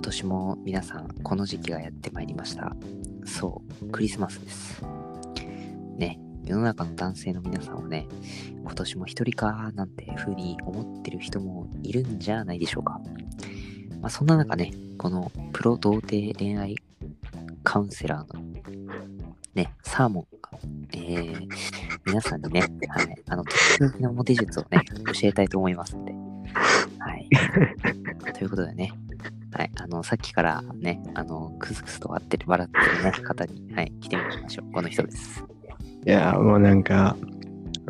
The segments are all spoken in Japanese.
年も皆さんこの時期がやってまいりましたそうクリスマスですね世の中の男性の皆さんはね今年も一人かなんて風に思ってる人もいるんじゃないでしょうかまあそんな中ねこのプロ童貞恋愛カウンセラーのねサーモンがえー、皆さんにね、はい、あの、特的なモテ術をね、教えたいと思いますんで。はい。ということでね、はい、あの、さっきからね、あの、くすくすと笑ってる、笑ってる、ね、方に、はい、来てみましょう。この人です。いやーもうなんか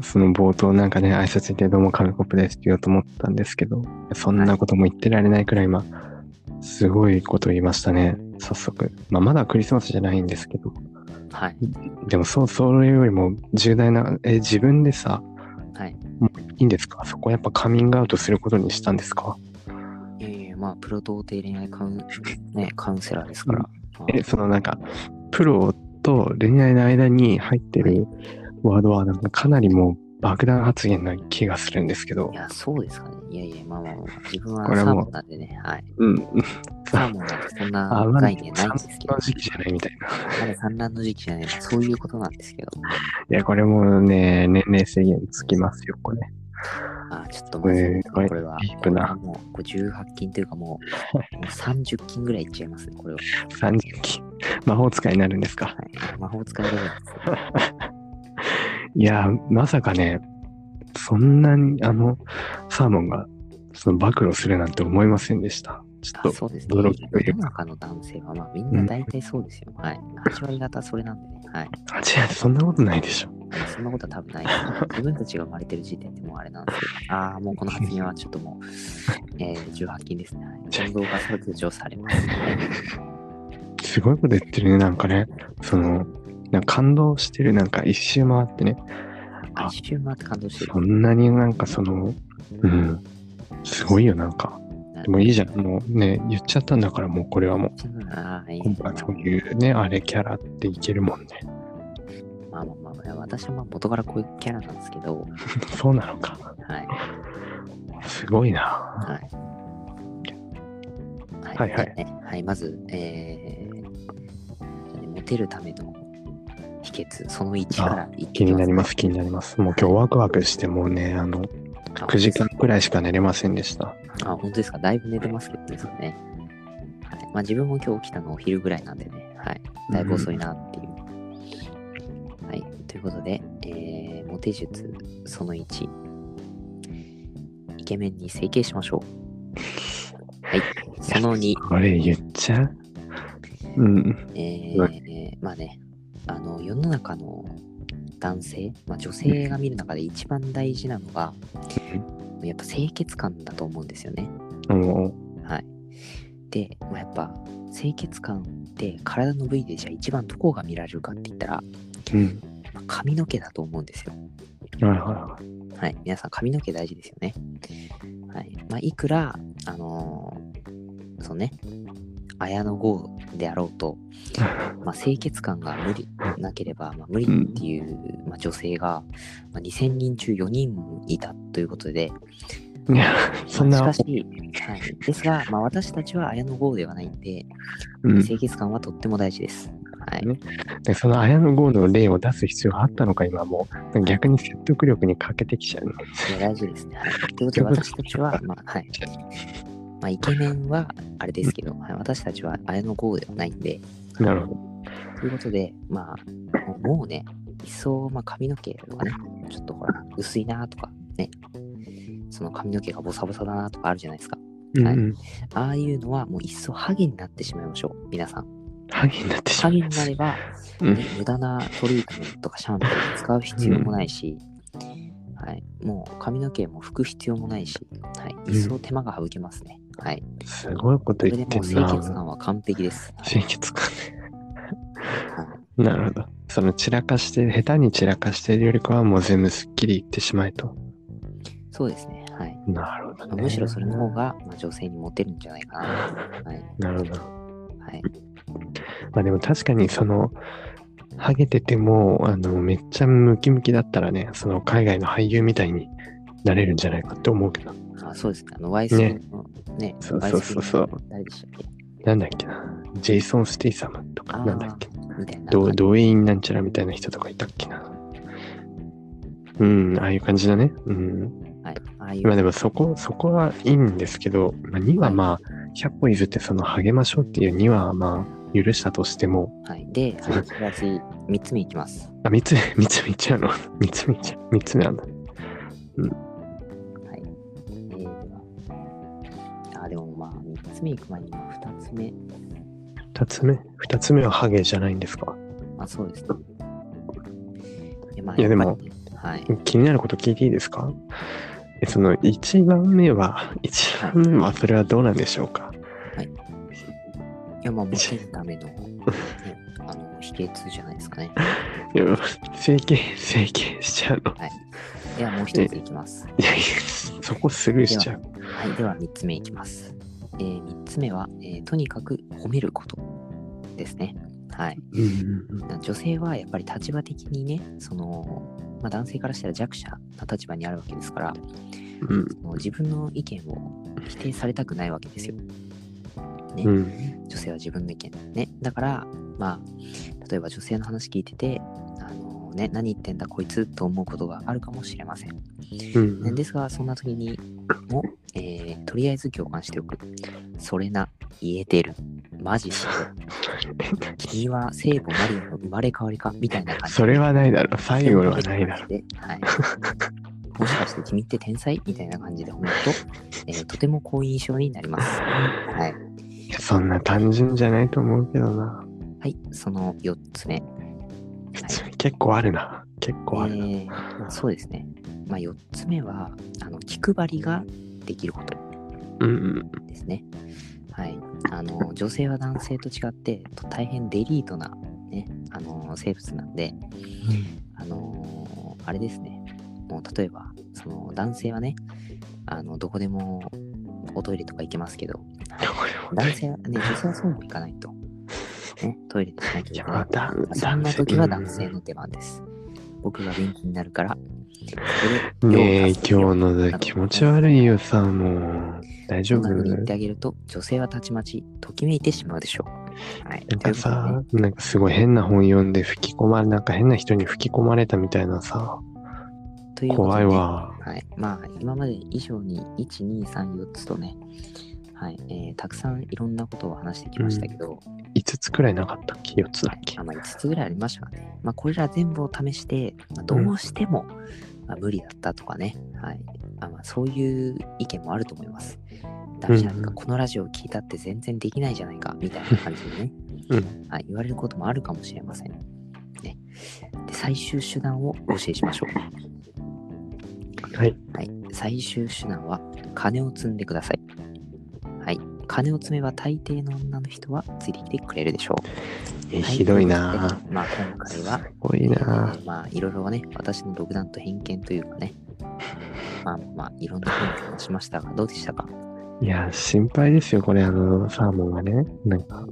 その冒頭なんかね挨拶で「どうもカルコプです」って言おうと思ったんですけどそんなことも言ってられないくらい今すごいこと言いましたね早速、まあ、まだクリスマスじゃないんですけどはい。でもそうそれよりも重大なえ自分でさはい。いいんですかそこやっぱカミングアウトすることにしたんですかいやいや、まあ、プロ童貞恋愛カウン,、ね、カウンセラーですから。まあえそのなんかプロと恋愛の間に入ってるワードはなんかかなりもう爆弾発言な気がするんですけどいや、そうですかね。いやいや、まあまあまあ、自分はこれサはーもうモンなんでね、はい。うんサーモンなんてそんあなまだ概念ないんですけどの、時期じゃないみたいな。いまだ産卵の時期じゃない、まあそういうことなんですけど、や、これもね、年齢制限つきますよ、これ。あーちょっとまず、えーこれこれは、ディープなこれはもうこれ18金というかもう、もう30金ぐらいいっちゃいますね、これを。 30期。 魔法使いになるんですか。はい、魔法使いレベルです。いや、まさかね、そんなに、あの、サーモンが、その、暴露するなんて思いませんでした。ちょあっと、そうですね。驚きとい世うの中か、の男性は、まあみんな大体そうですよ。はい。8割方それなんでね。はい。あ、違う、そんなことないでしょ。あのそんなことは多分ないです。自分たちが生まれてる時点でもうあれなんですけど、ああ、もうこの発言はちょっともう、えー、18禁ですね。はい運動が削除されます。はいすごいこと言ってるね、なんかね。その、なんか感動してる、なんか一周回ってね、あ一周回って感動してるそ。んなになんかその、うん、すごいよ、なんか。なもういいじゃん。もうね、言っちゃったんだから、もうこれはもう。ああ、いい今回そういうね、あれキャラっていけるもんね。まあまあまあまあ、私はまあ元からこういうキャラなんですけど、そうなのか。はい。すごいな。はい。はい、はいはいじゃあねはい、まず、えーじゃあね、モテるための秘訣、その1からいって気になりますす、気になります。もう今日ワクワクして、もうね、あの、か。 9時間くらいしか寝れませんでした。あ、本当ですか。だいぶ寝てますけどね、それね。はい。まあ自分も今日起きたのお昼ぐらいなんでね、はい。だいぶ遅いなっていう。はい。ということで、えー、モテ術、その1。イケメンに整形しましょう。 はい。その2。これ言っちゃううん。えはー、まあね、あの、世の中の男性、まあ、女性が見る中で一番大事なのが、やっぱ清潔感だと思うんですよね。もはい。で、まあ、やっぱ清潔感って体の部位でじゃあ一番どこが見られるかって言ったら、う、うん。まあ髪の毛だと思うんですよ。はいはいはい。皆さん髪の毛大事ですよね。はい。まあ、いくら、あのーそうね、綾野剛であろう と、はまあ、清潔感が無理なければ、まあ、無理っていう、まあ、女性が、まあ、2000人中4人いたということで、い。いや、そんしなか、し、はい、ですが、まあ、私たちは綾野剛ではないんで、うん。清潔感はとっても大事です。はい、ねでその綾野剛の例を出す必要があったのか、今もう。逆に説得力に欠けてきちゃうね。いや大事ですね。はい、ということで、私たちは、まあ、はい。まあ、イケメンはあれですけど、はい、私たちは綾野剛ではないんで、なるほど。ということで、まあ、もうね、一層、まあ、髪の毛とかね、ちょっとほら、薄いなとか、ね、その髪の毛がボサボサだなとかあるじゃないですか。はいうんうん。ああいうのは、もう一層ハゲになってしまいましょう、皆さん。ハゲになってしハまうゲになれば、うんね無駄なトリートメントとかシャンプー使う必要もないし、はい、もう髪の毛も拭く必要もないし、はい、ん一層手間が省けますね。はい、すごいことそれ言でってもうん清な。潔感は完璧です。はい清潔感ね。なるほど。その散らかして、下手に散らかしてるよりかはもう全部すっきりいってしまえと。そうですね。はい、なるほど、ね。むしろそれの方が、まあ、女性にモテるんじゃないかな。はい、なるほど。はい、まあでも確かにその、ハゲてても、あの、めっちゃムキムキだったらね、その海外の俳優みたいになれるんじゃないかって思うけど。あそうですね。あの、ワイスのね、そうワイそうスそうそうの誰でしたっけなんだっけな、ジェイソン・ステイサムとか、あーなんだっけ、みたいな。ドドウェイン・なんちゃらみたいな人とかいたっけな。うん、ああいう感じだね。うん。はい。ああいう。まあでもそこ、そこはいいんですけど、まあ、2はまあ、100歩譲ってその励ましょうっていう2はまあ、許したとしても、はい。で、はい、私、3つ目いきます。あ、3つ目、3つ目いっちゃうの ?3 つ目いっちゃう。3つ目なんだ。はい。えー、では。あ、でもまあ、3つ目いく前に、2つ目。 2つ目 ?2 つ目はハゲじゃないんですかまあ、そうですね。えまあいやでもっぱりねはい。気になること聞いていいですかえその1番目は、1番目はそれはどうなんでしょうかいや、まあ、モテるた めの、ね、あの、秘訣じゃないですかね。いや整形、整形しちゃうの。はい。では、もう一ついきます。いやいや、そこスルーしちゃう。はい。では、3つ目いきます。えー、3つ目は、えーとにかく褒めることですね。はい。うんうん女性はやっぱり立場的にね、その、まあ、男性からしたら弱者な立場にあるわけですから、うんその自分の意見を否定されたくないわけですよ。うんうん女性は自分の意見。ね。だから、まあ、例えば女性の話聞いてて、あのね、何言ってんだこいつと思うことがあるかもしれません。うんねですが、そんな時にも、えーとりあえず共感しておく。それな、言えてる。マジ すごい。君は聖母マリオの生まれ変わりかみたいな感じで。それはないだろ。最後のはないだろ。で。はい。 もしかして君って天才みたいな感じで褒めると、えーとても好印象になります。はい。いやそんな単純じゃないと思うけどな。はい、その4つ目。普通に結構あるな。結構あるな。えーまあそうですね。まあ、4つ目は、あの、気配りができることうんですね。はい。あの、女性は男性と違って、と大変デリートな、ね、あの、生物なんで、あのーあれですね。もう例えば、その男性はね、あの、どこでもおトイレとか行けますけど、うん。男性はね、女性はそうもいかないと。ね、トイレにしなきゃいいけや、なまいあ。だそんな時は男性うんの出番です。僕が元気になるから、それねえ、用を足すよ今日の気持ち悪いよさ、もう。大そん丈夫な風に言ってあげると、女性はたちまちときめいてしまうでしょう。はい。なんということでかねさ、なんかすごい変な本読んで吹き込まれ、なんか変な人に吹き込まれたみたいなさ、ということで怖いわ。はい。まあ、今まで以上に、1、2、3、4つとね、はい、えーたくさんいろんなことを話してきましたけど、 5つくらいなかったっけ ?4 つだっけあまあ、5つぐらいありましたかね。まあ、これら全部を試して、まあ、どうしても、まあ、無理だったとかね、はいあまあ、そういう意見もあると思います。ダメじゃないか、うんこのラジオを聞いたって全然できないじゃないか、みたいな感じでね、うんはい、言われることもあるかもしれません。ね、で最終手段をお教えしましょう。はい。はい、最終手段は金を積んでください。はい、金を積めば大抵の女の人はついてきてくれるでしょう。えはひどいなということでまあ今ぁ。回すは、ごいなえーまあいろいろね、私の独断と偏見というかね、まあまあいろんなことを話しましたが、どうでしたかぁ。いや、心配ですよ、これ、あの、サーモンがね。なんか、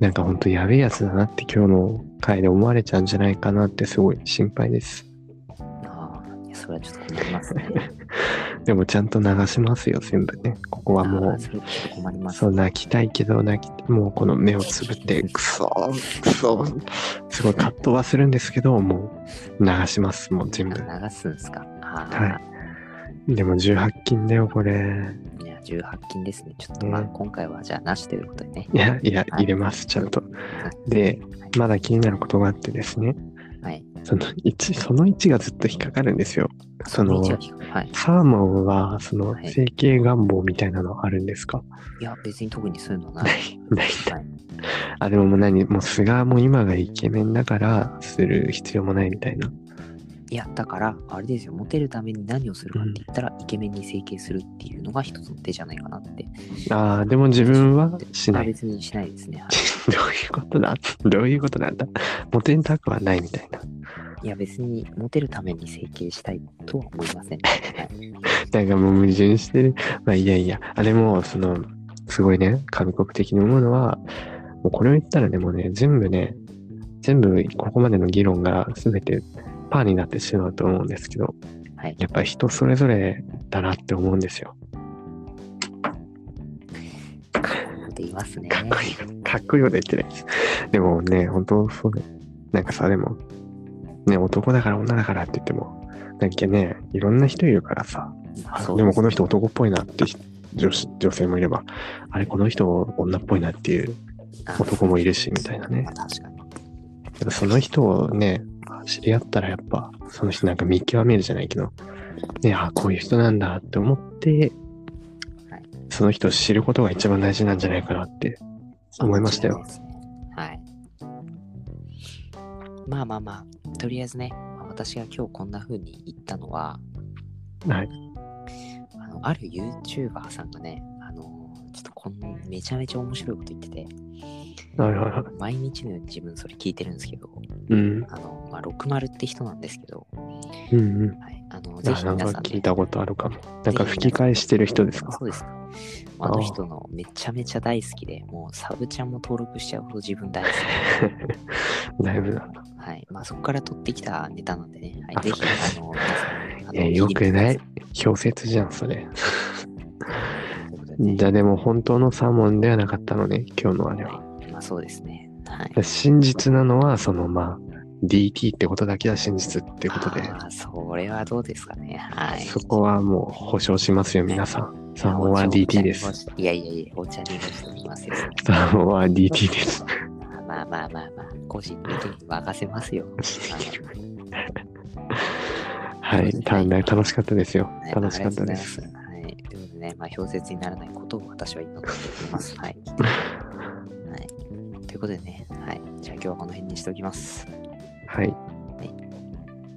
なんかほんとやべえやつだなって今日の回で思われちゃうんじゃないかなってすごい心配です。ああ、いやそれはちょっと困りますね。 でもちゃんと流しますよ、全部ね。ここはもあうー。それちょっと困りますそう、泣きたいけど、泣き、もうこの目をつぶって、くそー、くそー、すごい葛藤はするんですけど、もう流します、もう全部。あ流すんですかああ、はでも18金だよ、これ。い、や、18禁ですね。ちょっとまあね今回はじゃあなしということでね。いや、いや、入れます、ちゃんと。で、まだ気になることがあってですね、はい。その1、その1がずっと引っかかるんですよ。その、一応聞くはい。サーモンは、そのは、い整形願望みたいなのあるんですか いや、別に特にそういうのはな。ない い、ないんだはい。あ、でももう何、もう菅も今がイケメンだから、する必要もないみたいな。いや、だから、あれですよ、モテるために何をするかって言ったら、イケメンに整形するっていうのが一つの手じゃないかなって。ああ、でも自分はしなあい。別にしないですね。は どういうことだどういうことなんだモテたくはないみたいな。い、いや、別にモテるために整形したいとは思いません、はい。なんかもう矛盾してる。まあいやいや。あれも、その、すごいね、韓国的に思うのは、もうこれを言ったらね、もうね、全部ね、全部ここまでの議論が全てパーになってしまうと思うんですけど、はい、やっぱり人それぞれだなって思うんですよ。こと言いますね。かっこいいこと、かっこいいこと言ってないです。でもね、本当そうね。なんかさ、でも、ね、男だから女だからって言っても、なんかね、いろんな人いるからさ、まああそうでもこのす人男っぽいなって人女子女性もいれば、あれこの人女っぽいなっていう、あ男もいるしみたいなねまあ確かに。やっぱその人をね、知り合ったらやっぱ、その人なんか見極めるじゃないけど、ね、あ、こういう人なんだって思ってはい、その人を知ることが一番大事なんじゃないかなって思いました間違いないよ。ですね。はい。まあまあまあ、とりあえずね、まあ私が今日こんな風に言ったのは、はい。あのある YouTuber さんがね、あのちょっとこんめちゃめちゃ面白いこと言ってて、はいはいはい。毎日のように自分それ聞いてるんですけど、うん。あの、まあ、60って人なんですけど、うんうん。はい、あの、あぜひなん皆かさんね、聞いたことあるかも。なんかぜひ皆さん吹き返してる人ですかそうですか。あの人のめちゃめちゃ大好きで、もうサブちゃんも登録しちゃうほど自分大好 き。だいぶなんだ。はい。まあそこから取ってきたネタなんでね。はい。あぜひ、そうかあの、皆さん、あいのや、よくない聞て。氷説じゃん、それ。みてくださいということでねじゃあでも本当のサーモンではなかったのね、今日のあれは。はい。まあそうですね。はい。真実なのはそのまあ DT ってことだけは真実ってことで、ああ、それはどうですかね。はい。そこはもう保証しますよ皆さんサーモンはお茶 DT でおす茶濁しいやいやいや、お茶濁しておきますよ。サーモンは DT です まあまあまあまあまあ、個人の意見に任せます よ。はいた楽しかったですよはい楽しかったです。ありがとうございますはい。ということでね、まあ、氷説にならないことを私は祈っております。 はい。はい。ということでね、はい。じゃあ今日はこの辺にしておきます。はい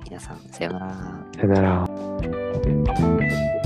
皆さん、さようなら。さよなら